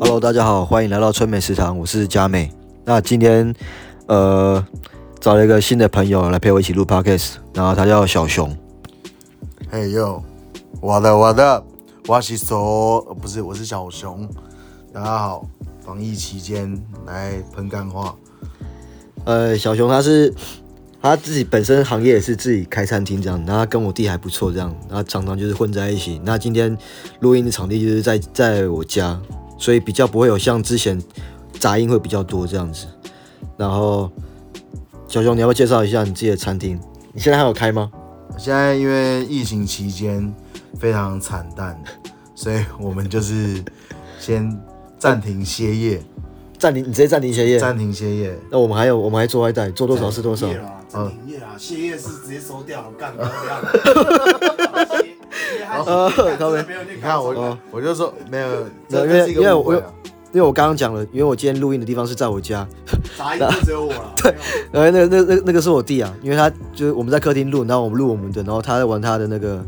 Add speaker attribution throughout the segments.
Speaker 1: Hello，大家好，欢迎来到春美食堂，我是佳美。那今天呃找了一个新的朋友来陪我一起录 podcast，然后他叫小熊。
Speaker 2: 嘿呦，我的我的，我是说，呃不是，我是小熊。大家好，防疫期间来喷干话，
Speaker 1: 呃，小熊他是他自己本身行业也是自己开餐厅这样，然后他跟我弟还不错这样，然后常常就是混在一起。那今天录音的场地就是在在我家，所以比较不会有像之前杂音会比较多这样子。然后小熊，你要不要介绍一下你自己的餐厅？你现在还有开吗？
Speaker 2: 现在因为疫情期间非常惨淡，所以我们就是先暂停歇业，
Speaker 1: 暂停，你直接暂停歇业。
Speaker 2: 暂停歇业。
Speaker 1: 那我们还有，我们还做外带，做多少是多少。啊
Speaker 3: 业啦，暂停业啦，啊歇业是直接收掉， 干不
Speaker 1: 哦
Speaker 3: 掉。歇还
Speaker 1: 呃
Speaker 3: 行干
Speaker 1: 他们
Speaker 3: 真的没有你
Speaker 2: 你看我，我就说没有，
Speaker 1: 哦没有
Speaker 2: 这
Speaker 1: 因为
Speaker 2: 这是一
Speaker 1: 因为
Speaker 2: 个误会啊。
Speaker 1: 因为我刚刚讲了，因为我今天录音的地方是在我家，
Speaker 3: 杂音就只有我了。对，
Speaker 1: 呃，那那那那个是我弟啊，因为他就是我们在客厅录，然后我们录我们的，然后他在玩他的那个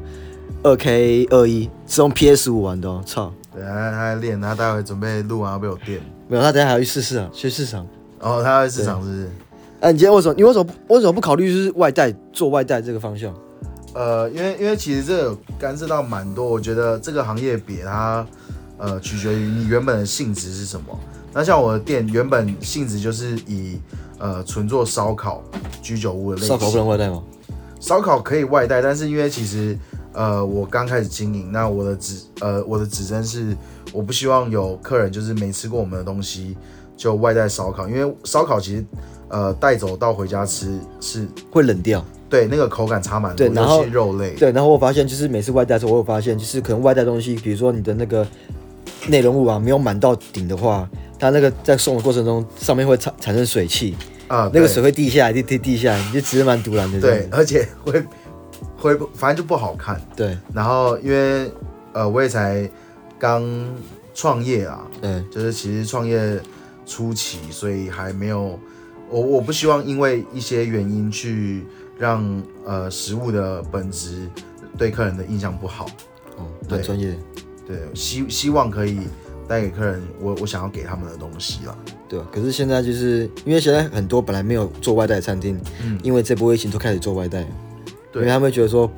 Speaker 1: 二 K 二一，是用 PS 五玩的哦，操，
Speaker 2: 等下啊他在练，他待会准备录完要被我电。
Speaker 1: 没有，他等一下还要去试试啊，去市场。
Speaker 2: 哦，他在市场是不是？
Speaker 1: 哎、你今天为什么你为什么不为什么不考虑就是外带做外带这个方向？
Speaker 2: 呃，因为因为其实这有干涉到蛮多，我觉得这个行业别它，呃，取决于你原本的性质是什么。那像我的店原本性质就是以呃纯做烧烤、居酒屋的类
Speaker 1: 烧烤不
Speaker 2: 型，
Speaker 1: 能外带吗？
Speaker 2: 烧烤可以外带，但是因为其实呃我刚开始经营，那我的指呃我的指针是我不希望有客人就是没吃过我们的东西就外带烧烤，因为烧烤其实呃带走到回家吃是
Speaker 1: 会冷掉。
Speaker 2: 对那个口感差蛮多，
Speaker 1: 对然后
Speaker 2: 尤其肉类。
Speaker 1: 对，然后我发现就是每次外带的时候，我有发现就是可能外带东西，比如说你的那个内容物啊，没有满到顶的话，它那个在送的过程中上面会产产生水汽，
Speaker 2: 啊、
Speaker 1: 那个
Speaker 2: 对
Speaker 1: 水会滴下来，滴滴滴下来，你就其实蛮毒然的。
Speaker 2: 对，，而且会 会反正就不好看。
Speaker 1: 对，
Speaker 2: 然后因为呃，我也才刚创业啊，
Speaker 1: 嗯，
Speaker 2: 就是其实创业初期，所以还没有我我不希望因为一些原因去让呃食物的本质对客人的印象不好。
Speaker 1: 哦，
Speaker 2: 对
Speaker 1: 很专业。
Speaker 2: 对，希希望可以带给客人我我想要给他们的东西啦。
Speaker 1: 对吧？可是现在就是因为现在很多本来没有做外带的餐厅，因为这波疫情都开始做外带，因
Speaker 2: 对
Speaker 1: 为他们会觉得说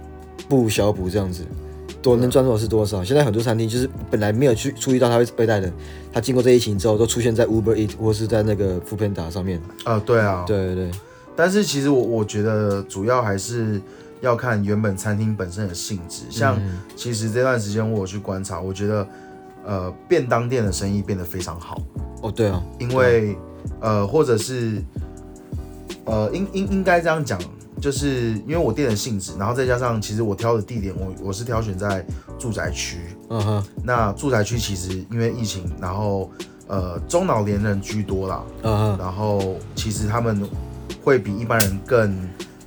Speaker 1: 不小补这样子，多能赚多少是多少。现在很多餐厅就是本来没有去注意到他会外带的，他经过这疫情之后都出现在 Uber Eat 或是在那个 Foodpanda 上面。
Speaker 2: 啊、对啊，
Speaker 1: 对对对，
Speaker 2: 但是其实我我觉得主要还是要看原本餐厅本身的性质。像其实这段时间我有去观察，我觉得呃便当店的生意变得非常好，
Speaker 1: 哦对啊，
Speaker 2: 因为呃或者是呃应应应该这样讲。就是因为我店的性质，然后再加上其实我挑的地点，我我是挑选在住宅区。
Speaker 1: 嗯哼，
Speaker 2: 那住宅区其实因为疫情，然后呃中老年人居多啦，
Speaker 1: 嗯哼，
Speaker 2: 然后其实他们会比一般人更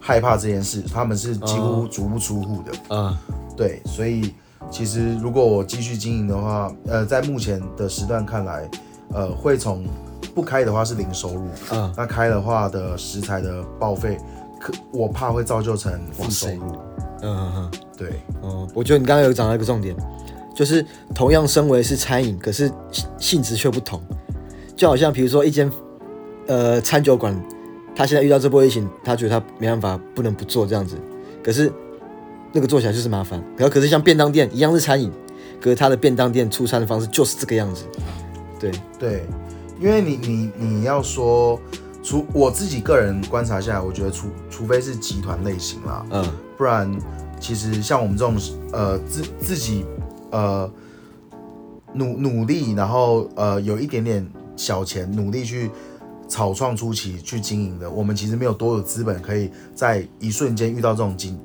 Speaker 2: 害怕这件事，他们是几乎足不出户的。
Speaker 1: 啊，
Speaker 2: 对，所以其实如果我继续经营的话，呃，在目前的时段看来，呃，会从不开的话是零收入，
Speaker 1: 嗯
Speaker 2: 那开的话的食材的报废，可我怕会造就成负收入。
Speaker 1: 嗯嗯哼。
Speaker 2: 对，
Speaker 1: 哦，我觉得你刚刚有讲到一个重点，就是同样身为是餐饮，可是性性质却不同。就好像比如说一间呃餐酒馆，他现在遇到这波疫情，他觉得他没办法，不能不做这样子。可是那个做起来就是麻烦。然后可是像便当店一样是餐饮，可是他的便当店出餐的方式就是这个样子。对，
Speaker 2: 对，因为你你你要说。除我自己个人观察下来，我觉得除除非是集团类型啦，
Speaker 1: 嗯
Speaker 2: 不然其实像我们这种呃自自己呃努努力，然后呃有一点点小钱，努力去草创初期去经营的，我们其实没有多有资本可以在一瞬间遇到这种紧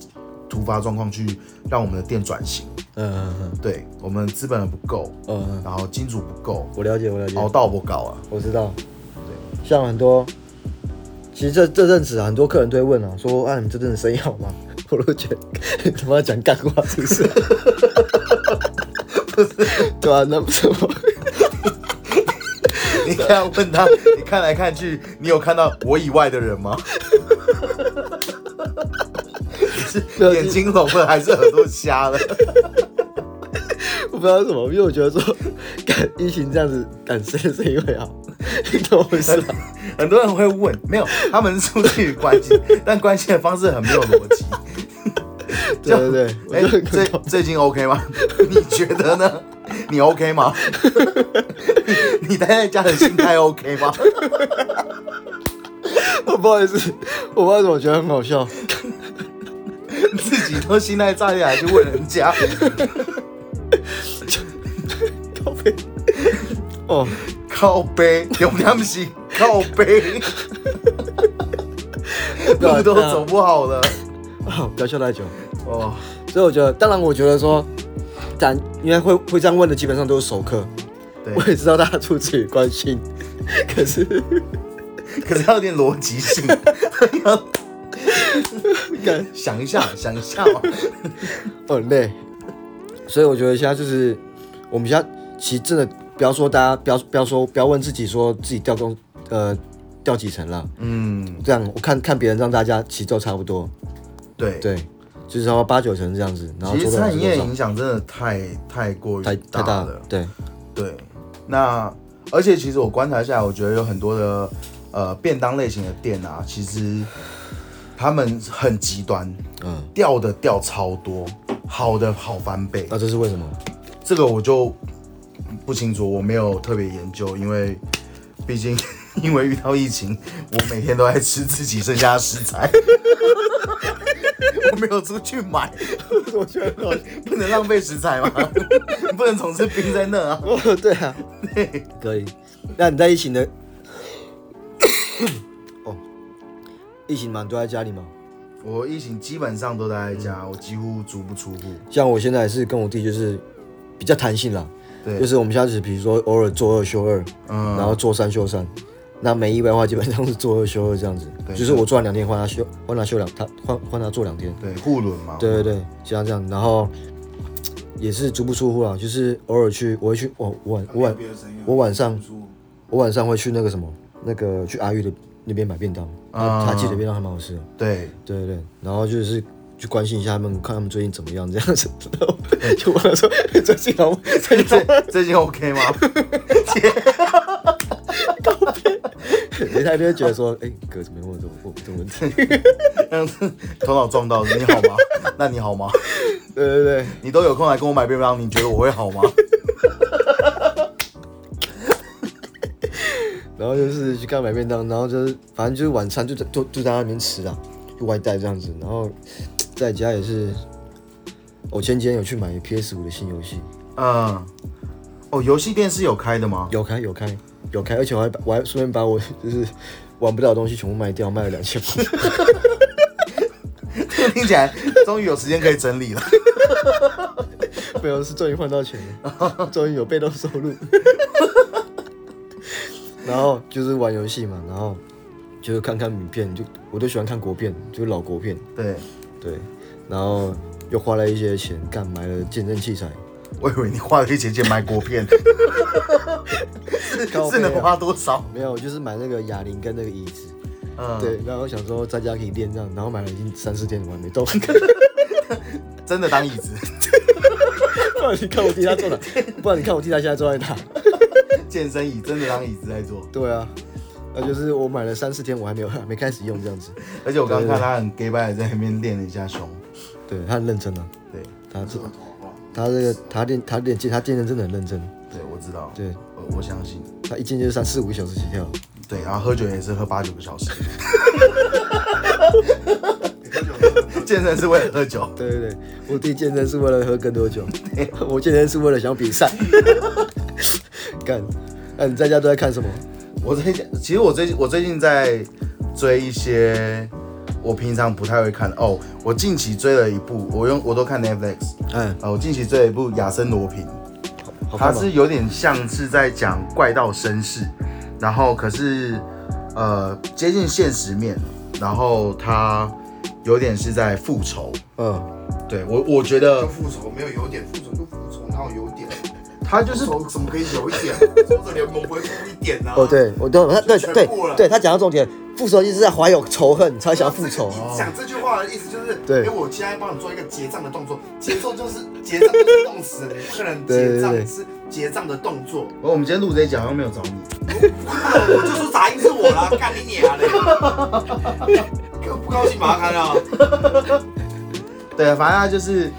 Speaker 2: 突发状况去让我们的店转型。
Speaker 1: 嗯嗯嗯
Speaker 2: 对我们资本不够，
Speaker 1: 嗯嗯，
Speaker 2: 然后金主不够，
Speaker 1: 我了解，我了解。
Speaker 2: 熬到不高啊。
Speaker 1: 我知道，像很多，其实这这阵子啊，很多客人都会问啊，说啊，你这阵子生意好吗？ 我都觉得你他妈讲干话是不是？ 对啊，那不是我，
Speaker 2: 你刚要问 他，你看来看去，你有看到我以外的人吗？ 你是眼睛聋了还是耳朵瞎了？
Speaker 1: 我不知道为什么，因为我觉得说，干疫情这样子，干谁是因为啊， 你懂我意思 吧？
Speaker 2: 很多人会问，没有，他们是出去关心，但关心的方式很没有逻辑。
Speaker 1: 对对对， 我
Speaker 2: 哎、
Speaker 1: 觉得很
Speaker 2: 最最近 OK 吗？ 你觉得呢？你 OK 吗？ 你你待在家的心态 OK 吗？
Speaker 1: 我不好意思，我不知道为什么我觉得很好笑。
Speaker 2: 自己都心态炸裂，还去问人家？
Speaker 1: 靠背哦，
Speaker 2: 靠背，用他们是靠背，
Speaker 1: 啊
Speaker 2: 路都走不好了。
Speaker 1: 哦，不要笑太久。
Speaker 2: 哦，
Speaker 1: 所以我觉得，当然，我觉得说，但因为会会这样问的，基本上都是熟客。
Speaker 2: 对
Speaker 1: 我也知道大家出自于关心，可 是
Speaker 2: 可是要有点逻 辑性，要
Speaker 1: 感
Speaker 2: 想一下，想一下哦嘛。
Speaker 1: 我哦很累。所以我觉得现在就是，我们现在其实真的不要说大家不要不要说不要问自己说自己掉工呃掉几层了，
Speaker 2: 嗯，
Speaker 1: 这样我看看别人让大家其实都差不多，
Speaker 2: 对。
Speaker 1: 对，就是说八九成这样子，然后
Speaker 2: 其实
Speaker 1: 做到
Speaker 2: 餐饮业
Speaker 1: 多少
Speaker 2: 影响真的太太过于
Speaker 1: 太太大
Speaker 2: 了
Speaker 1: 了，，对，
Speaker 2: 对，那而且其实我观察下来，我觉得有很多的呃便当类型的店啊，其实他们很极端，
Speaker 1: 嗯，
Speaker 2: 掉的掉超多，好的好翻倍。
Speaker 1: 啊那、这是为什么？
Speaker 2: 这个我就不清楚，我没有特别研究，因为毕竟 因为遇到疫情，我每天都在吃自己剩下的食材， 我没有出去买，
Speaker 1: 我觉得
Speaker 2: 不能浪费食材嘛， 不能总是冰在那啊。
Speaker 1: 哦， 对啊，可以。那你在疫情的， 哦，疫情嘛，你都在家里吗？
Speaker 2: 我疫情基本上都待在家，
Speaker 1: 嗯
Speaker 2: 我几乎足不出户。
Speaker 1: 像我现在也是跟我弟就是比较弹性啦，
Speaker 2: 对，
Speaker 1: 就是我们现在只比如说偶尔做二休二，
Speaker 2: 嗯
Speaker 1: 然后做三休三。那没意外的话，基本上是做二休二这样子，
Speaker 2: 对
Speaker 1: 就是我做完两天换他休，换他休两，他换换他做两天。
Speaker 2: 对护轮嘛，
Speaker 1: 对对对，像这样，然后也是足不出户啦，啊就是偶尔去，我会去，我我晚我晚
Speaker 3: 别的声音啊
Speaker 1: 我晚上
Speaker 3: 不出
Speaker 1: 我晚上会去那个什么，那个去阿玉的那边买便当，
Speaker 2: 啊
Speaker 1: 他他寄的便当还蛮好吃的。
Speaker 2: 对
Speaker 1: 对对对，然后就是去关心一下他们，看他们最近怎么样这样子。然后就问他说 最近好吗，最近
Speaker 2: 这这近 OK 吗？
Speaker 1: 人家就会觉得说，哎，哥怎么问我这种我这种问题？
Speaker 2: 这样子头脑撞到，你好吗？ 那你好吗？
Speaker 1: 对对对，
Speaker 2: 你都有空来跟我买便当，你觉得我会好 吗？
Speaker 1: 然后就是去干买便当，然后就是反正就是晚餐就在就就在那边吃啊，就外带这样子。然后在家也是，我前几天有去买 PS 五的新游戏，
Speaker 2: 嗯，哦，游戏店是有开的吗？
Speaker 1: 有开有开有开，而且我还把我还顺便把我 就是玩不到的东西全部卖掉，卖了两 千五。
Speaker 2: 听起来终于有时间可以整理了。
Speaker 1: 没有，是终于换到钱了， 终于有被动收入。 然后就是玩游戏嘛，然后就是看看影片，就我都喜欢看国片，就是老国片，
Speaker 2: 对，
Speaker 1: 对。然后又花了一些钱，干买了健身器材，
Speaker 2: 我以为你花了一钱钱买锅片，
Speaker 1: 靠
Speaker 2: 是
Speaker 1: 背啊
Speaker 2: 能花多少？
Speaker 1: 没有，就是买那个哑铃跟那个椅子，
Speaker 2: 嗯，，
Speaker 1: 对。然后想说在家可以练这样，然后买了已经三四天，我还没 动。
Speaker 2: 真的当椅子，
Speaker 1: 不然你看我弟他坐哪？不然你看我弟他现在坐在哪？
Speaker 2: 健身椅真的当椅子在做。
Speaker 1: 对啊，那就是我买了三四天，我还没有 还没开始用这样子。
Speaker 2: 而且我刚刚看他很 gay 拜的在那边练了一下胸，
Speaker 1: 对他很认真啊，
Speaker 2: 对，
Speaker 1: 他这
Speaker 3: 这个
Speaker 2: 嗯
Speaker 3: 头发
Speaker 1: 他这个他练他练健他健身真的很认真，
Speaker 2: 对我知道，呃
Speaker 1: 对
Speaker 2: 我我相信，
Speaker 1: 他一健就是三四五个小时起跳。
Speaker 2: 对，然后喝酒也是喝八九个小 时，健身是为了喝酒，
Speaker 1: 对对对，我弟健身是为了喝更多酒，我健身是为了想比赛。 干，那你在家都在看什么？
Speaker 2: 我最近其实我最近我最近在追一些我平常不太会看的哦，我近期追了一部，我用我都看 Netflix，
Speaker 1: 哎，
Speaker 2: 啊，我近期追了一部《亚森罗平》，
Speaker 1: 好
Speaker 2: 它
Speaker 1: 看吗
Speaker 2: 是？有点像是在讲怪盗绅士，然后可是呃接近现实面，然后它有点是在复仇。
Speaker 1: 嗯，
Speaker 2: 对我，我觉得
Speaker 3: 跟复仇没有有点，复仇就复仇，哪有有点？
Speaker 2: 他就是哦
Speaker 3: 复仇怎么可以有一点？复仇者联盟不会复一点呢、啊？
Speaker 1: 哦哦，对，我都他对
Speaker 3: 全
Speaker 1: 对
Speaker 3: 部了
Speaker 1: 对，他讲到重点，复仇就是在怀有仇恨才想要复仇
Speaker 3: 这个。你讲这句话的意思就是，
Speaker 1: 对
Speaker 3: 哎，我现在帮你做一个结账的动作，结账就是结账就是弄死人，客人结
Speaker 1: 对对对
Speaker 3: 账是结账的动作。 啊
Speaker 2: 我们今天录这一集好像没有找你，
Speaker 3: 我就说杂音是我啦，干你 娘嘞！ 我不高兴麻烦啊！
Speaker 2: 对，反正他就是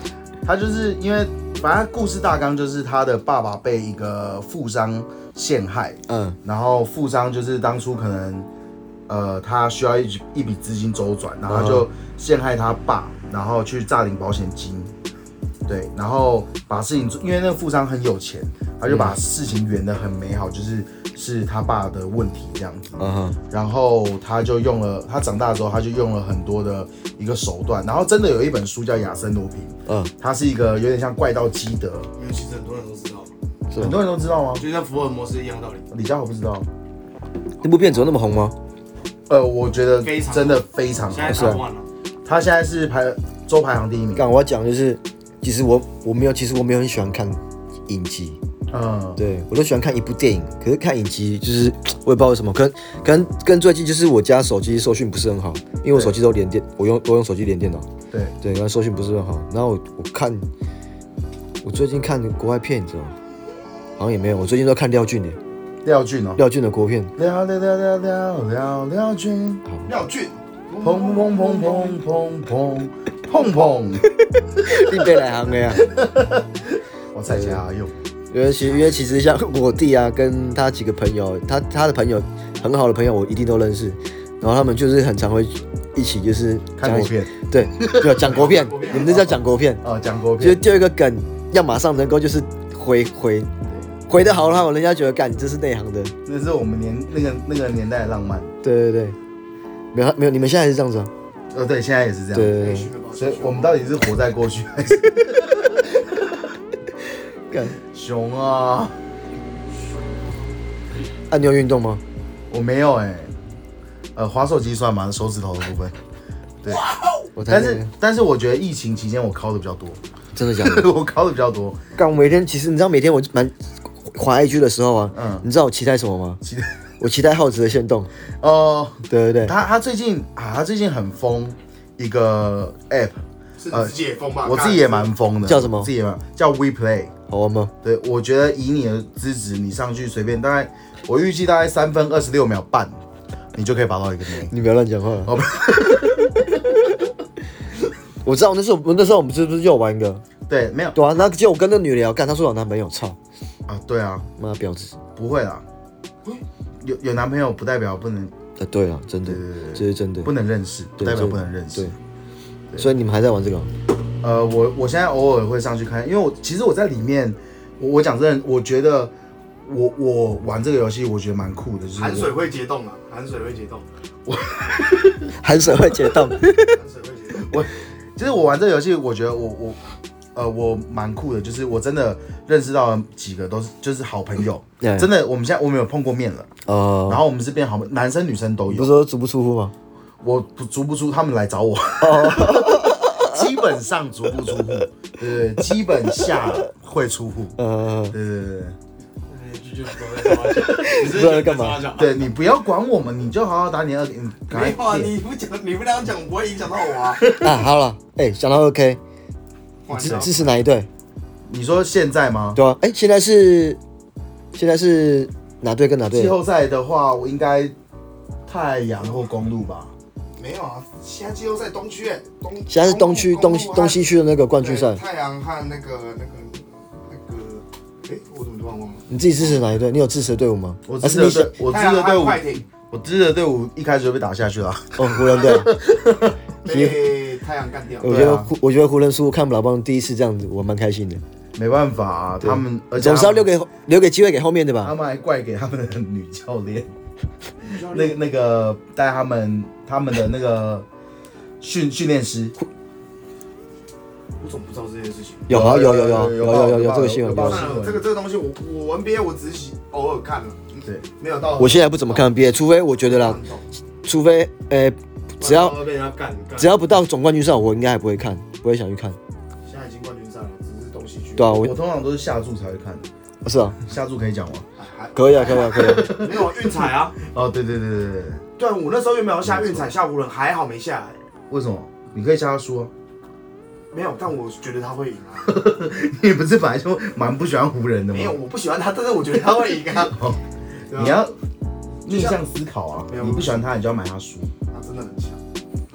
Speaker 2: 他就是因为反正故事大纲就是他的爸爸被一个富商陷害，
Speaker 1: 嗯
Speaker 2: 然后富商就是当初可能，呃，他需要一笔一笔资金周转，然后他就陷害他爸，然后去诈领保险金，对，然后把事情做，因为那个富商很有钱，他就把事情圆得很美好，就是是他爸的问题这样子，
Speaker 1: 嗯哼，
Speaker 2: 然后他就用了，他长大之后他就用了很多的一个手段，然后真的有一本书叫《亚森罗平》，
Speaker 1: 嗯，
Speaker 2: 他是一个有点像怪盗基德，
Speaker 3: 因为其实很多人都知道，
Speaker 1: 是
Speaker 2: 很
Speaker 1: 吗？
Speaker 2: 多人都知道吗？
Speaker 3: 就像福尔摩斯一样道理。
Speaker 2: 李佳豪不知道，
Speaker 1: 那部片怎么那么红吗？
Speaker 2: 呃，我觉得
Speaker 3: 非常
Speaker 2: 真的非常好
Speaker 3: 现。在啊打乱了，
Speaker 2: 他现在是排周排行第一名。
Speaker 1: 刚我要讲就是，其实我我没有，其实我没有很喜欢看影集，
Speaker 2: 嗯，
Speaker 1: 对我都喜欢看一部电影，可是看影集就是我也不知道为什么，跟跟跟最近就是我家手机收讯不是很好，因为我
Speaker 2: 对
Speaker 1: 手机都连电，我用我用手机连电脑，
Speaker 2: 对，
Speaker 1: 对，然后收讯不是很好。然后我我看我最近看国外片，你知道吗？好像也没有，我最近都看廖俊的
Speaker 2: 廖俊哦，
Speaker 1: 廖俊的国 片，
Speaker 2: 廖廖廖廖廖廖廖俊，
Speaker 3: 廖俊，
Speaker 2: 砰砰砰砰砰砰砰 砰，
Speaker 1: 你别来行的呀。
Speaker 2: 我在家用。
Speaker 1: 因为其因为其实像我弟啊，跟他几个朋友，他他的朋友很好的朋友，我一定都认识。然后他们就是很常会一起就是
Speaker 2: 看
Speaker 1: 讲一
Speaker 2: 国片，
Speaker 1: 对，没有讲国片
Speaker 3: 国，片
Speaker 1: 你们这叫讲国片，
Speaker 2: 哦，讲国
Speaker 1: 就是
Speaker 2: 片，
Speaker 1: 丢一个梗，要马上能够就是回回回的好的话，人家觉得干你这是内行的。
Speaker 2: 那是我们年那个那个年代的浪漫。
Speaker 1: 对对对，没有没有，你们现在是这样子啊？
Speaker 2: 呃，对，现在也是这
Speaker 1: 对
Speaker 2: 样。
Speaker 1: 对对
Speaker 3: 培，训的吧
Speaker 2: 所以我们到底是活在过去 还是
Speaker 1: 干。
Speaker 2: 熊啊？
Speaker 1: 啊，你有运动吗？
Speaker 2: 我没有哎、呃，滑手机算吗？手指头的部分。
Speaker 1: 我才
Speaker 2: 但是但是我觉得疫情期间我敲的比较多，
Speaker 1: 真的假的？
Speaker 2: 我敲的比较多。
Speaker 1: 干，我每天其实你知道，每天我蛮滑 IG 的时候啊，
Speaker 2: 嗯
Speaker 1: 你知道我期待什么吗？
Speaker 2: 其实
Speaker 1: 我期待耗子的限动，
Speaker 2: 哦，
Speaker 1: 对对对，
Speaker 2: 他他最近啊，他最近很疯一个 app，
Speaker 3: 是你自己也疯吧？
Speaker 2: 我自己也蛮疯的，
Speaker 1: 叫什么
Speaker 2: 自己也蛮叫 WePlay。
Speaker 1: 好啊玩吗？
Speaker 2: 对，我觉得以你的资质，你上去随便，大概我预计大概三分二十六秒半，你就可以拔到一个妹。
Speaker 1: 你不要乱讲话
Speaker 2: 哦
Speaker 1: 了。 我知道那时候，我那时候我们是不是就有玩一个？
Speaker 2: 对，没有
Speaker 1: 对啊，那结果我跟那女的聊，干，她说有男朋友，操，
Speaker 2: 啊，对啊，
Speaker 1: 妈婊子。
Speaker 2: 不会啦，有有男朋友不代表不能
Speaker 1: 啊，对啊，真的
Speaker 2: 对对对，
Speaker 1: 这是真的
Speaker 2: 不，能认识，不
Speaker 1: 对
Speaker 2: 代表
Speaker 1: 这
Speaker 2: 不能认识
Speaker 1: 对。，所以你们还在玩这个哦？
Speaker 2: 呃，我我现在偶尔会上去看，因为我其实我在里面，我我讲真的，我觉得我我玩这个游戏，我觉得蛮酷的，就是
Speaker 3: 含
Speaker 2: 我
Speaker 3: 水会结冻啊，含水会结冻，
Speaker 1: 含水会解 冻，
Speaker 3: 含水会结冻。
Speaker 2: 其实我玩这个游戏，我觉得我我呃我蛮酷的，就是我真的认识到几个都是就是好朋友，
Speaker 1: 对
Speaker 2: 真的我们现在我们有碰过面了，然
Speaker 1: 呃，
Speaker 2: 后我们是变好朋友，男生女生都
Speaker 1: 你不是
Speaker 2: 有。
Speaker 1: 说足不出户吗？
Speaker 2: 我不足不出他们来找我，
Speaker 1: 哦
Speaker 2: 基本上足不出户，对对，对基本下会出户，
Speaker 1: 呃，
Speaker 2: 对对对对。
Speaker 3: 那句哎就是不知道在干嘛你是
Speaker 1: 不知道在干嘛
Speaker 3: 在干嘛
Speaker 2: 对你不要管我们，你就好好打你二，你赶
Speaker 3: 没有啊，
Speaker 2: 快
Speaker 3: 你不讲，你不那样讲，不会影响到我 啊。
Speaker 1: 啊，好了，哎，讲到 OK，
Speaker 3: 换
Speaker 1: 支
Speaker 3: 掉
Speaker 1: 支持哪一队？
Speaker 2: 你说现在吗？
Speaker 1: 对啊，哎、现在是现在是哪队跟哪队
Speaker 2: 季？后赛的话，我应该太阳或公路吧。
Speaker 3: 没有啊，现在季后赛东区耶，东
Speaker 1: 现在是东区东
Speaker 3: 西
Speaker 1: 东西区的那个冠军赛，
Speaker 3: 太阳和那个那个那个，哎，我怎么突然忘了？
Speaker 1: 你自己支持哪一队？你有支持的队伍吗？
Speaker 2: 我
Speaker 1: 还
Speaker 2: 支
Speaker 1: 啊是
Speaker 2: 持的
Speaker 1: 你想
Speaker 2: 队，我支
Speaker 3: 太
Speaker 2: 持
Speaker 3: 阳
Speaker 2: 的
Speaker 3: 和
Speaker 2: 队伍，
Speaker 3: 快艇，
Speaker 2: 我支持的队伍一开始就被打下去了。
Speaker 1: 哦，湖人队啊、
Speaker 3: 被太阳干掉。
Speaker 1: 我觉得湖、我觉得湖人输看老棒第一次这样子，我蛮开心的。
Speaker 2: 没办法、啊，他们而且
Speaker 1: 总是
Speaker 2: 他
Speaker 1: 要
Speaker 2: 们
Speaker 1: 留给留给机会给后面的
Speaker 2: 他
Speaker 1: 吧？
Speaker 2: 们还怪给他们的女教练，那
Speaker 3: 那
Speaker 2: 个那个带他们他们的那个训训练师
Speaker 3: 我怎么不知道这件事情？
Speaker 1: 有啊有有有
Speaker 2: 有
Speaker 1: 有
Speaker 2: 有
Speaker 1: 有有
Speaker 2: 有
Speaker 1: 有这个新闻
Speaker 2: 有报
Speaker 1: 有
Speaker 2: 道。
Speaker 3: 算了，这个这个东西我我 NBA 我只是偶尔看了，
Speaker 4: 嗯
Speaker 2: 对，
Speaker 3: 没有到
Speaker 1: 我现在不怎么看 NBA，除非我觉得啦，除非呃、只要
Speaker 3: 被人家干干，
Speaker 1: 只要不到总冠军赛，我应该还不会看，不会想去看。
Speaker 3: 现在已经冠军赛了，只是东西区。
Speaker 1: 对啊，我
Speaker 2: 我通常都是下注才会看，
Speaker 1: 是啊，
Speaker 2: 下注可以讲吗？
Speaker 3: 哎，还
Speaker 1: 可以啊，可以啊，可以啊。
Speaker 3: 没有运彩啊，
Speaker 2: 哦，对对对对对对，对
Speaker 4: 啊
Speaker 2: 我那时候原本要下运彩下湖人，还好没下来。为什么？你可以下他输啊，
Speaker 4: 没有，但我觉得他会赢啊。
Speaker 2: 你不是本来就蛮不喜欢湖人的吗？
Speaker 4: 没有，我不喜欢他，但是我觉得他会赢 啊。对啊
Speaker 2: 你要逆向思考啊！
Speaker 4: 没有
Speaker 2: 你不喜欢他，你就要买他输。
Speaker 4: 他真的很强，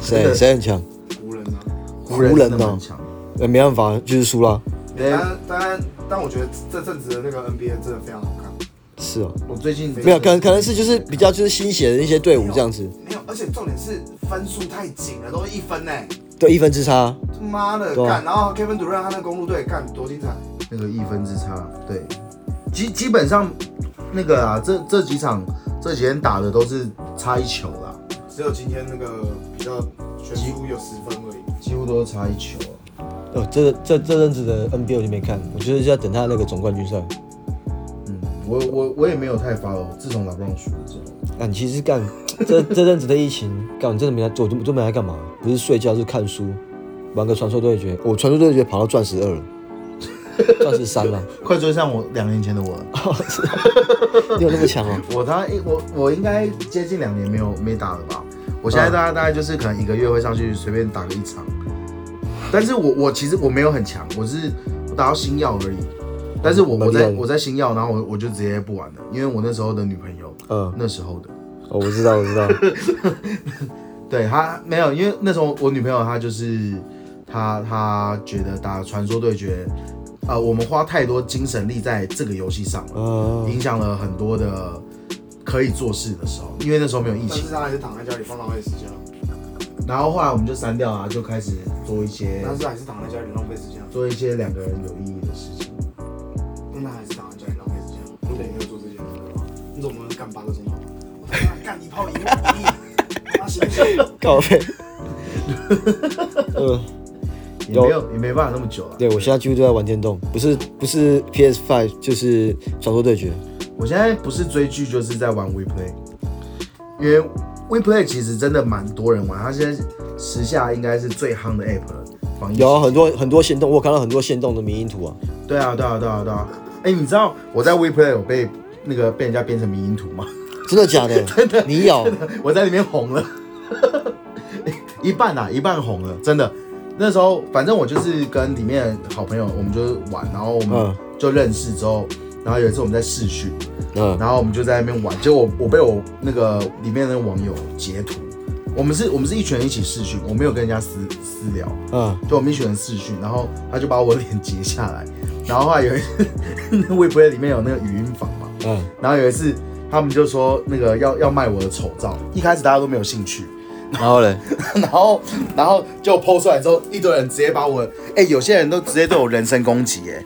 Speaker 1: 谁谁很强？
Speaker 4: 湖人啊。
Speaker 1: 湖人哦
Speaker 2: 真的蛮强。
Speaker 1: 呃，没办法，就是输啦。
Speaker 2: 对，
Speaker 4: 但但但我觉得这阵子的那个 NBA 真的非常好看。
Speaker 1: 是哦，
Speaker 2: 我最近
Speaker 1: 没有，可能可能是就是比较就是新血的一些队伍这样子，
Speaker 4: 没有，而且重点是分数太紧了，都是一分欸呢、
Speaker 1: 对，一分之差。
Speaker 4: 他妈的，
Speaker 1: 对啊
Speaker 4: 干！然后 Kevin 主任他那公路队干多精彩，
Speaker 2: 那个一分之差，对，基基本上那个啊，这这几场这几天打的都是差一球啦，
Speaker 4: 只有今天那个比较悬殊有十分而已。
Speaker 2: 几乎都是差一球、啊。
Speaker 1: 哦，这个这这阵子的 NBA 我就没看，我就是在等他那个总冠军赛。
Speaker 2: 嗯，我我我也没有太发哦，自从老布朗输了之后，
Speaker 1: 啊，你其实干这这阵子的疫情，干我真的没来，我就我就没来干嘛，不是睡觉，是看书，玩个传说对决。我哦传说对决跑到钻石二了，钻石三了，
Speaker 2: 快追上我两年前的我了。
Speaker 1: 你有那么强哦？
Speaker 2: 我大概我我应该接近两年没有没打了吧？我现在大概大概就是可能一个月会上去随便打个一场，但是我我其实我没有很强，我是我打到星耀而已。但是我
Speaker 1: 蛮
Speaker 2: 我
Speaker 1: 厉害
Speaker 2: 在
Speaker 1: 的
Speaker 2: 我在星耀，然后我我就直接不玩了，因为我那时候的女朋友，
Speaker 1: 嗯
Speaker 2: 那时候的，
Speaker 1: 哦，我知道，我知道，
Speaker 2: 对她没有，因为那时候我女朋友她就是她她觉得打传说对决，呃，我们花太多精神力在这个游戏上 了，
Speaker 1: 啊，
Speaker 2: 影响了很多的可以做事的时候，因为那时候没有疫
Speaker 4: 但
Speaker 2: 情
Speaker 4: 是。他还是躺在家里放浪费时间了，啊
Speaker 1: 嗯
Speaker 2: 然后后来我们就删掉啊，就开始做一些
Speaker 4: 但是还是躺在家里浪费时间了，
Speaker 2: 做一些两个人有意义的事情。
Speaker 4: 但是还是躺在家里浪费时间了。如果没有做这件事的话，你怎么能干八个钟头？我他妈干一炮赢一亿，他行不行？
Speaker 1: 告 费。嗯，
Speaker 2: 也
Speaker 1: 有
Speaker 2: 没有也没办法那么久啊。
Speaker 1: 对我现在几乎都在玩电动，不是不是 PS Five 就是传说对决。
Speaker 2: 我现在不是追剧，就是在玩 WePlay，因为 WePlay 其实真的蛮多人玩，它现在时下应该是最夯的 app 了。防疫
Speaker 1: 有啊
Speaker 2: 期间
Speaker 1: 很多很多线动，我有看到很多线动的迷因图啊。
Speaker 2: 对啊对啊对啊对啊。哎、你知道我在 WePlay 有被那个被人家编成迷因图吗？
Speaker 1: 真的假的？ 真的，你有？
Speaker 2: 我在里面红了，一半啊，一半红了，真的。那时候反正我就是跟里面的好朋友，我们就是玩，然后我们
Speaker 1: 嗯
Speaker 2: 就认识之后，然后有一次我们在试训，
Speaker 1: 嗯，
Speaker 2: 然后我们就在那边玩，结果我我被我那个里面的网友截图，我们是我们是一群人一起试训，我没有跟人家私私聊，
Speaker 1: 嗯，
Speaker 2: 就我们一群人视讯，然后他就把我脸截下来，然后后来有一次，那微博里面有那个语音房嘛，
Speaker 1: 嗯，
Speaker 2: 然后有一次他们就说那个要要卖我的丑照，一开始大家都没有兴趣，
Speaker 1: 然后嘞，
Speaker 2: 然后然后就 PO 出来之后，一堆人直接把我，哎、有些人都直接对我人身攻击，哎，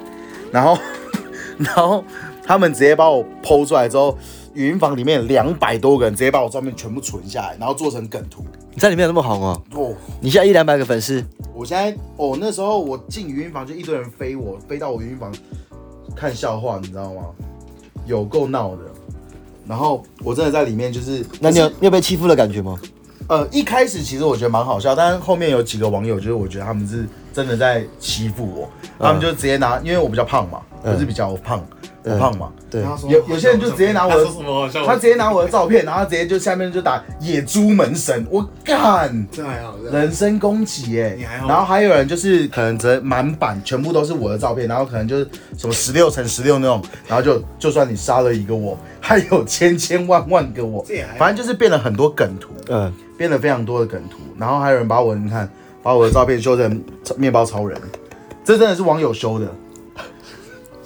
Speaker 2: 然后 然后他们直接把我 PO 出来之后，语音房里面两百多个人直接把我照片全部存下来，然后做成梗图，
Speaker 1: 你在里面有那么红哦？
Speaker 2: 哦。
Speaker 1: 你现在一两百个粉丝，
Speaker 2: 我现在哦，那时候我进语音房就一堆人飞我，飞到我语音房看笑话，你知道吗？有够闹的。然后我真的在里面就是，
Speaker 1: 那你有你有被欺负的感觉吗？
Speaker 2: 呃一开始其实我觉得蛮好笑，但是后面有几个网友就是我觉得他们是真的在欺负我，
Speaker 1: 嗯
Speaker 2: 他们就直接拿，因为我比较胖嘛，我是比较胖，我
Speaker 1: 嗯
Speaker 2: 胖嘛，
Speaker 1: 对
Speaker 4: 他说
Speaker 2: 有有些人就直接拿我
Speaker 3: 他
Speaker 2: 的
Speaker 3: 说什么好笑？
Speaker 2: 他直接拿我的照片，然后他直接就下面就打野猪门神，我干。
Speaker 4: 这还好，这还好
Speaker 2: 人身攻击耶、
Speaker 3: 你还好吗
Speaker 2: 然后还有人就是可能只满版全部都是我的照片，然后可能就是什么十六乘十六那种，然后就就算你杀了一个我，还有千千万万个我
Speaker 4: 这也还，好
Speaker 2: 反正就是变了很多梗图，
Speaker 1: 嗯，
Speaker 2: 变了非常多的梗图，然后还有人把我你看把我的照片修成面包超人，这真的是网友修的，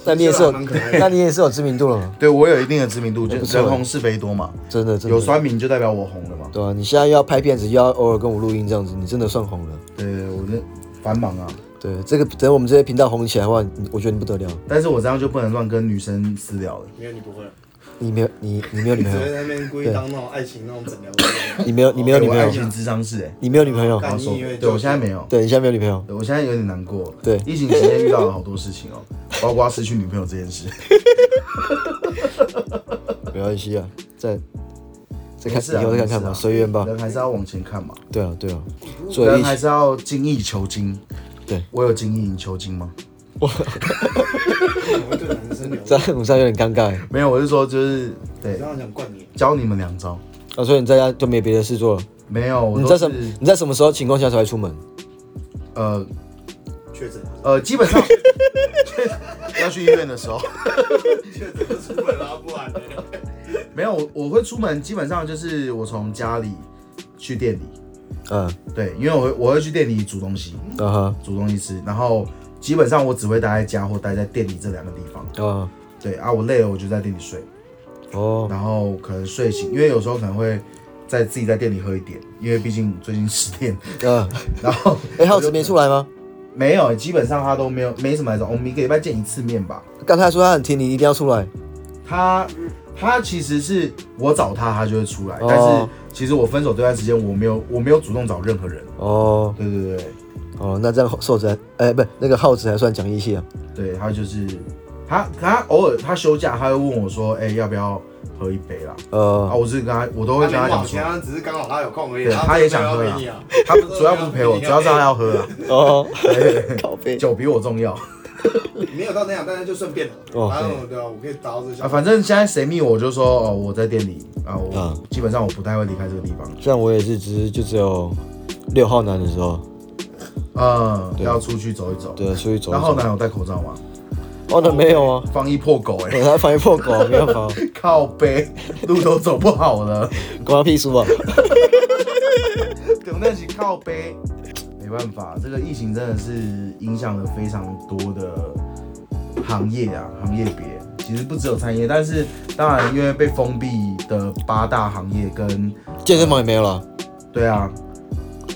Speaker 1: 那你也是有，
Speaker 4: 蛮可爱的
Speaker 1: 那你也是有知名度了嘛？
Speaker 2: 对我有一定的知名度，就
Speaker 1: 不错
Speaker 2: 人红是非多嘛，
Speaker 1: 真的，真的
Speaker 2: 有酸民就代表我红了嘛，
Speaker 1: 对啊，你现在又要拍片子，又要偶尔跟我录音这样子，你真的算红了。
Speaker 2: 对，我这繁忙啊，
Speaker 1: 对，这个等我们这些频道红起来的话，你我觉得你不得了。
Speaker 2: 但是我这样就不能乱跟女生私聊了。
Speaker 4: 没有你不会，
Speaker 1: 你没有，你你没有女
Speaker 4: 只
Speaker 1: 朋
Speaker 4: 会
Speaker 1: 友，
Speaker 4: 在那边故意当那种爱情那种诊疗师。
Speaker 1: 你没有，你没有女
Speaker 2: 对我
Speaker 1: 朋
Speaker 2: 爱
Speaker 1: 友，
Speaker 2: 情智商是哎、
Speaker 1: 你没有女朋友。
Speaker 4: 干
Speaker 2: 保守
Speaker 4: 你以为
Speaker 2: 哦对我
Speaker 4: 就
Speaker 2: 现在没有，
Speaker 1: 对，你现在没有女朋友。
Speaker 2: 对我现在有点难过。
Speaker 1: 对
Speaker 2: 疫情期间遇到了好多事情哦， 包括失去女朋友这件 事。
Speaker 1: 没关系啊，再再
Speaker 2: 没
Speaker 1: 看，
Speaker 2: 事 啊
Speaker 1: 以后再看看
Speaker 2: 没事啊
Speaker 1: 吧，随缘吧。
Speaker 2: 人还是要往前看嘛，
Speaker 1: 对啊，对啊，所以
Speaker 2: 人
Speaker 1: 一
Speaker 2: 还
Speaker 1: 起
Speaker 2: 是要精益求精。
Speaker 1: 对
Speaker 2: 我有精益你求精吗？
Speaker 4: 怎么会对男生聊？
Speaker 1: 这样我这样有点尴尬。欸
Speaker 2: 没有，我是说就是对
Speaker 4: 这，样想惯你，
Speaker 2: 教你们两招。
Speaker 1: 啊，所以你在家就没别的事做了？
Speaker 2: 没有，我
Speaker 1: 你
Speaker 2: 都
Speaker 1: 在
Speaker 2: 是
Speaker 1: 什么你在什么时候情况下才会出门？
Speaker 2: 呃
Speaker 3: 确诊
Speaker 4: 哦
Speaker 3: 了，
Speaker 2: 呃，基本上 要去医院的时候，
Speaker 3: 确诊就出门了，不然呢？
Speaker 2: 没有，我我会出门，基本上就是我从家里去店里，
Speaker 1: 嗯，
Speaker 2: 对，因为我会我会去店里煮东西，
Speaker 1: 啊哈，
Speaker 2: 煮东西吃，然后基本上我只会待在家或待在店里这两个地方。
Speaker 1: 啊，
Speaker 2: 对啊，我累了我就在店里睡，
Speaker 1: 哦，
Speaker 2: 然后可能睡醒，因为有时候可能会在自己在店里喝一点，因为毕竟最近失恋，
Speaker 1: 嗯，
Speaker 2: 然后
Speaker 1: 哎，还有直没出来吗？没
Speaker 2: 没有，基本上他都没有没什么来着，我们一个礼拜见一次面吧。
Speaker 1: 刚才说他很听你，一定要出来。
Speaker 2: 他他其实是我找他，他就会出来，
Speaker 1: 哦
Speaker 2: 但是其实我分手这段时间我没有我没有主动找任何人。
Speaker 1: 哦，
Speaker 2: 对对对
Speaker 1: 哦，那这样瘦子还，哎、不，那个耗子还算讲义气啊。
Speaker 2: 对，他就是他他偶尔他休假他会问我说，哎、要不要喝一杯啦？啊，
Speaker 1: 呃，
Speaker 2: 我是跟他我都会跟他讲说，
Speaker 3: 啊他只是刚好他有空而已
Speaker 2: 对，他也想啊喝啦，他不主要不是陪我，主要是他要喝啊，
Speaker 1: 哦，靠背。
Speaker 2: 酒比我重要。
Speaker 3: 啊没有到那样，但是就顺便了。
Speaker 1: 哦
Speaker 3: 反正我对啊，我可以达到这些
Speaker 2: 啊，。反正现在谁密我我就说哦，我在店里啊，我、
Speaker 1: 嗯
Speaker 2: 基本上我不太会离开这个地方。
Speaker 1: 像我也是，只是就只有六号男的时候，
Speaker 2: 嗯，
Speaker 1: 对
Speaker 2: 要出去走一走。
Speaker 1: 对，出去走一
Speaker 2: 然后
Speaker 1: 走。
Speaker 2: 呢，有戴口罩吗？
Speaker 1: 哦，那没有啊，
Speaker 2: 防疫破狗 哎、
Speaker 1: 我才反应破狗，啊没办法，
Speaker 2: 靠背路都走不好了，
Speaker 1: 关他屁事吧。
Speaker 2: 等那起靠背，没办法，这个疫情真的是影响了非常多的行业啊，行业别。其实不只有餐饮业，但是当然因为被封闭的八大行业跟
Speaker 1: 健身房也没有了。
Speaker 2: 对啊，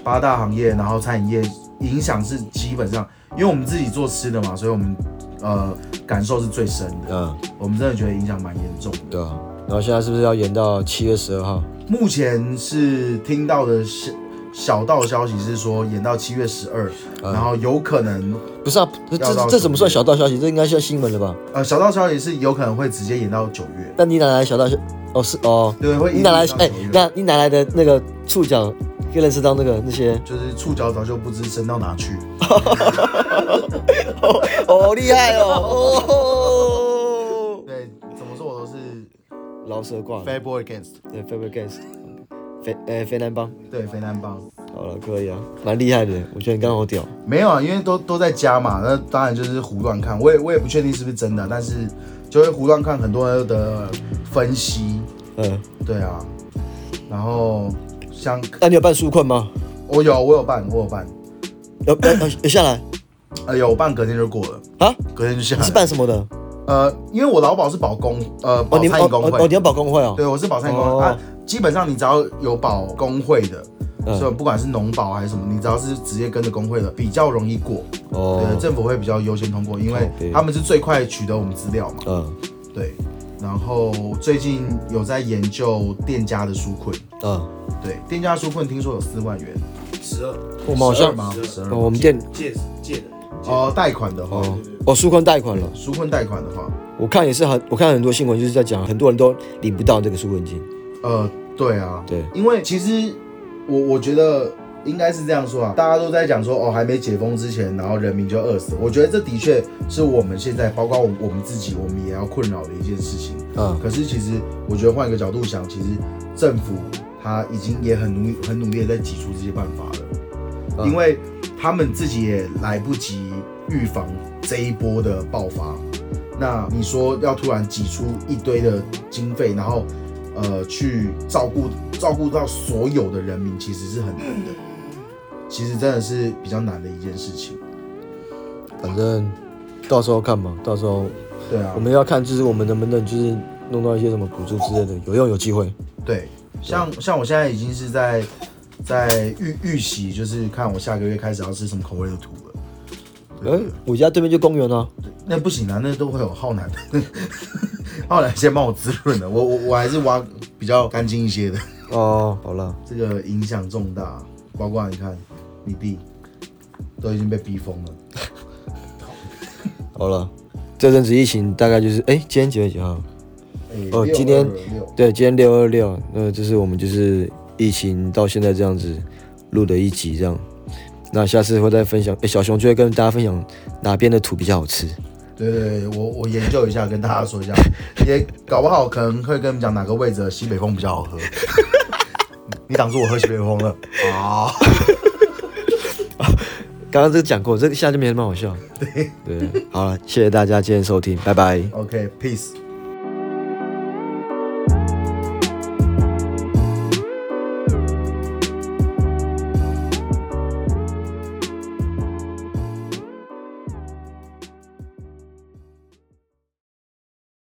Speaker 2: 八大行业，然后餐饮业影响是基本上，因为我们自己做吃的嘛，所以我们呃感受是最深的。
Speaker 1: 嗯，
Speaker 2: 我们真的觉得影响蛮严重的。
Speaker 1: 对啊。然后现在是不是要延到七月十二号？
Speaker 2: 目前是听到的小小道消息是说延到七月十二、
Speaker 1: 嗯
Speaker 2: 然后有可能
Speaker 1: 不是啊，这这这怎么算小道消息？这应该算新闻了吧？
Speaker 2: 呃小道消息是有可能会直接延到九月，
Speaker 1: 那你哪来的小道消？哦，是哦，
Speaker 2: 对，会
Speaker 1: 你
Speaker 2: 一直
Speaker 1: 哪来
Speaker 2: 延？到
Speaker 1: 哎、
Speaker 2: 九月。
Speaker 1: 那你哪来的那个触角？可以认识到那个那 些
Speaker 2: 就是触角早就不知伸到哪去，
Speaker 1: 哦，好厉害哦！哦，
Speaker 2: 对，怎么说我都是
Speaker 1: 饶舌挂的，
Speaker 2: fair boy against，
Speaker 1: 对 f a b r i c a n s 肥呃肥南帮，
Speaker 2: 对，肥南帮。
Speaker 1: 好了，可以啊，蛮厉害的，我觉得你刚好屌。
Speaker 2: 没有啊，因为都都在家嘛，那当然就是胡乱看。我也我也不确定是不是真的，但是就会胡乱看很多人的分析，
Speaker 1: 嗯，
Speaker 2: 对啊。然后像
Speaker 1: 那你有办纾困吗？
Speaker 2: 我有我有办我有办，
Speaker 1: 有有有有下来
Speaker 2: 呃有我办隔天就过了，
Speaker 1: 啊？
Speaker 2: 隔天就下
Speaker 1: 你是
Speaker 2: 来。
Speaker 1: 办什么的？
Speaker 2: 呃，因为我劳保是保工呃
Speaker 1: 哦，
Speaker 2: 保
Speaker 1: 你
Speaker 2: 餐
Speaker 1: 哦
Speaker 2: 饮工
Speaker 1: 哦哦，你
Speaker 2: 会，
Speaker 1: 要保工会哦。
Speaker 2: 对我是保餐饮工会、
Speaker 1: 哦
Speaker 2: 啊。基本上你只要有保工会的，
Speaker 1: 嗯
Speaker 2: 所以不管是农保还是什么，你只要是直接跟着工会的，比较容易过。对，
Speaker 1: 哦，
Speaker 2: 政府会比较优先通过，因为
Speaker 1: 好对
Speaker 2: 他们是最快取得我们资料嘛。
Speaker 1: 嗯
Speaker 2: 对，然后最近有在研究店家的纾困，
Speaker 1: 嗯，
Speaker 2: 对，店家纾困听说有四万元，
Speaker 3: 十二
Speaker 1: 我们好
Speaker 2: 12
Speaker 1: 像
Speaker 2: 吗？十
Speaker 3: 12
Speaker 1: 哦
Speaker 2: 二。
Speaker 1: 我们店
Speaker 3: 借借的
Speaker 2: 哦，贷款的话，
Speaker 1: 哦哦纾困贷款了，
Speaker 2: 纾困贷款的话，
Speaker 1: 我看也是很，我看很多新闻就是在讲，很多人都领不到这个纾困金。
Speaker 2: 呃，对啊，
Speaker 1: 对，
Speaker 2: 因为其实我我觉得应该是这样说啊，大家都在讲说哦，还没解封之前，然后人民就饿死，我觉得这的确是我们现在，包括我我们自己，我们也要困扰的一件事情。
Speaker 1: 嗯
Speaker 2: 可是其实我觉得换一个角度想，其实政府他已经也很努力、很努力的在挤出这些办法了，
Speaker 1: 嗯
Speaker 2: 因为他们自己也来不及预防这一波的爆发。那你说要突然挤出一堆的经费，然后呃去照顾照顾到所有的人民，其实是很难的，其实真的是比较难的一件事情。
Speaker 1: 反正到时候看嘛，到时候
Speaker 2: 对啊
Speaker 1: 我，们要看就是我们能不能就是弄到一些什么补助之类的，有用有机会。
Speaker 2: 对，像像我现在已经是在在预预习，就是看我下个月开始要吃什么口味的土了。
Speaker 1: 哎、我家对面就公园啊。
Speaker 2: 那不行啊，那都会有浩南的， 浩南先帮我滋润了。我我我还是挖比较干净一些的，
Speaker 1: 哦，好了，
Speaker 2: 这个影响重大。包括你看，你弟都已经被逼疯了。
Speaker 1: 好了，这阵子疫情大概就是，哎、今天几月几号？
Speaker 2: 哎
Speaker 1: 哦
Speaker 2: 6
Speaker 1: 今天
Speaker 2: 6
Speaker 1: 对，今天六二六，那就是我们就是疫情到现在这样子录的一集这样。那下次会再分享，哎、小熊就会跟大家分享哪边的土比较好吃。
Speaker 2: 对对对，我我研究一下， 跟大家说一下，也搞不好可能会跟你们讲哪个位置的西北风比较好喝。你挡住我喝西北风了。
Speaker 3: 哦，
Speaker 1: 刚刚这个讲过，这个现在就没那么好笑。对对，好了，谢谢大家今天收听，拜拜。
Speaker 2: OK，peace、